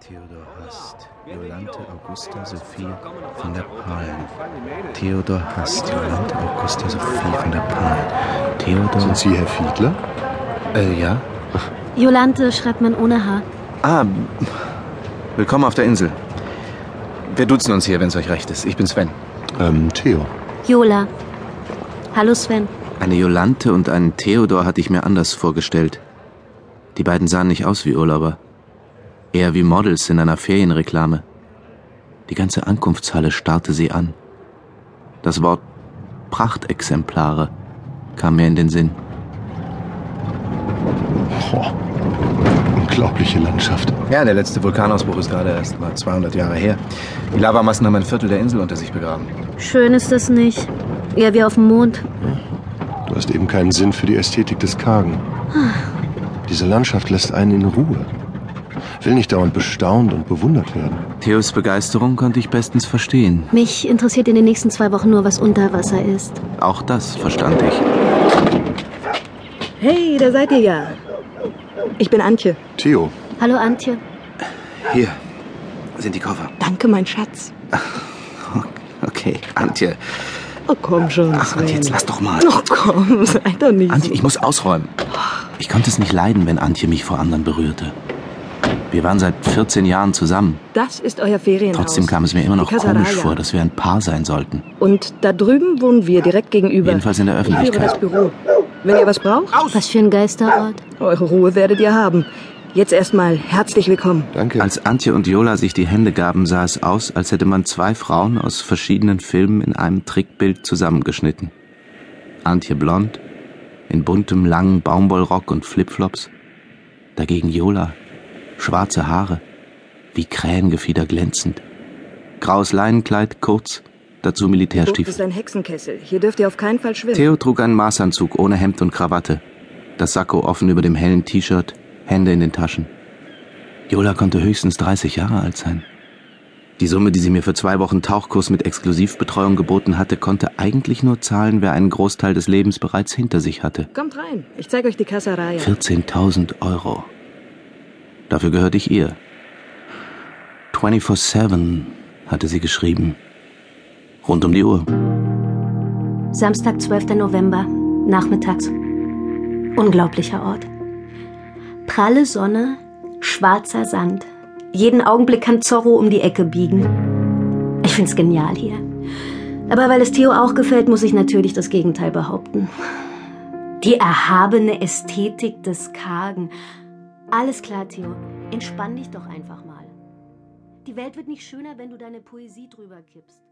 Theodor Hast, Jolante Augusta Sophie von der Palen. Theodor Hast, Jolante Augusta Sophie von der Palen. Theodor. Sind Sie Herr Fiedler? Äh, ja? Jolante schreibt man ohne H. Ah, m- willkommen auf der Insel. Wir duzen uns hier, wenn es euch recht ist. Ich bin Sven. Ähm, Theo. Jola. Hallo Sven. Eine Jolante und einen Theodor hatte ich mir anders vorgestellt. Die beiden sahen nicht aus wie Urlauber. Eher wie Models in einer Ferienreklame. Die ganze Ankunftshalle starrte sie an. Das Wort Prachtexemplare kam mir in den Sinn. Boah. Unglaubliche Landschaft. Ja, der letzte Vulkanausbruch ist gerade erst mal 200 Jahre her. Die Lavamassen haben ein Viertel der Insel unter sich begraben. Schön ist es nicht. Eher wie auf dem Mond. Du hast eben keinen Sinn für die Ästhetik des Kargen. Diese Landschaft lässt einen in Ruhe. Will nicht dauernd bestaunt und bewundert werden. Theos Begeisterung konnte ich bestens verstehen. Mich interessiert in den nächsten zwei Wochen nur, was unter Wasser ist. Auch das verstand ich. Hey, da seid ihr ja. Ich bin Antje. Theo, Hallo Antje. Hier sind die Koffer. Danke, mein Schatz. Okay, Antje. Oh, komm schon, Ach, Sven. Antje, jetzt lass doch mal. Oh, komm, sei doch nicht Antje, ich muss ausräumen. Ich konnte es nicht leiden, wenn Antje mich vor anderen berührte. Wir waren seit 14 Jahren zusammen. so. Das ist euer Ferienhaus. Trotzdem kam es mir immer noch Die Casaraya. komisch vor, dass wir ein Paar sein sollten. Und da drüben wohnen wir, direkt gegenüber. Jedenfalls in der Ich führe das Öffentlichkeit. Büro. Wenn ihr was braucht, Was für ein Geisterort. eure Ruhe werdet ihr haben. Jetzt erstmal herzlich willkommen. danke. Als Antje und Jola sich die Hände gaben, sah es aus, als hätte man zwei Frauen aus verschiedenen Filmen in einem Trickbild zusammengeschnitten. Antje blond, in buntem langen Baumwollrock und Flipflops. Dagegen Jola, schwarze Haare, wie Krähengefieder glänzend. Graues Leinenkleid, kurz, dazu Das ist Militärstiefel. ein Hexenkessel. Hier dürft ihr auf keinen Fall schwimmen. Theo trug einen Maßanzug ohne Hemd und Krawatte, das Sakko offen über dem hellen T-Shirt, Hände in den Taschen. Jola konnte höchstens 30 Jahre alt sein. Die Summe, die sie mir für zwei Wochen Tauchkurs mit Exklusivbetreuung geboten hatte, konnte eigentlich nur zahlen, wer einen Großteil des Lebens bereits hinter sich hatte. Kommt rein. Ich zeige euch die Kasserei. 14.000 Euro. Dafür gehörte ich ihr. 24-7 hatte sie geschrieben. Rund um die Uhr. Samstag, 12. November, nachmittags. Unglaublicher Ort. Pralle Sonne, schwarzer Sand. Jeden Augenblick kann Zorro um die Ecke biegen. Ich find's genial hier. Aber weil es Theo auch gefällt, muss ich natürlich das Gegenteil behaupten. Die erhabene Ästhetik des Kargen. Alles klar, Theo. Entspann dich doch einfach mal. Die Welt wird nicht schöner, wenn du deine Poesie drüber kippst.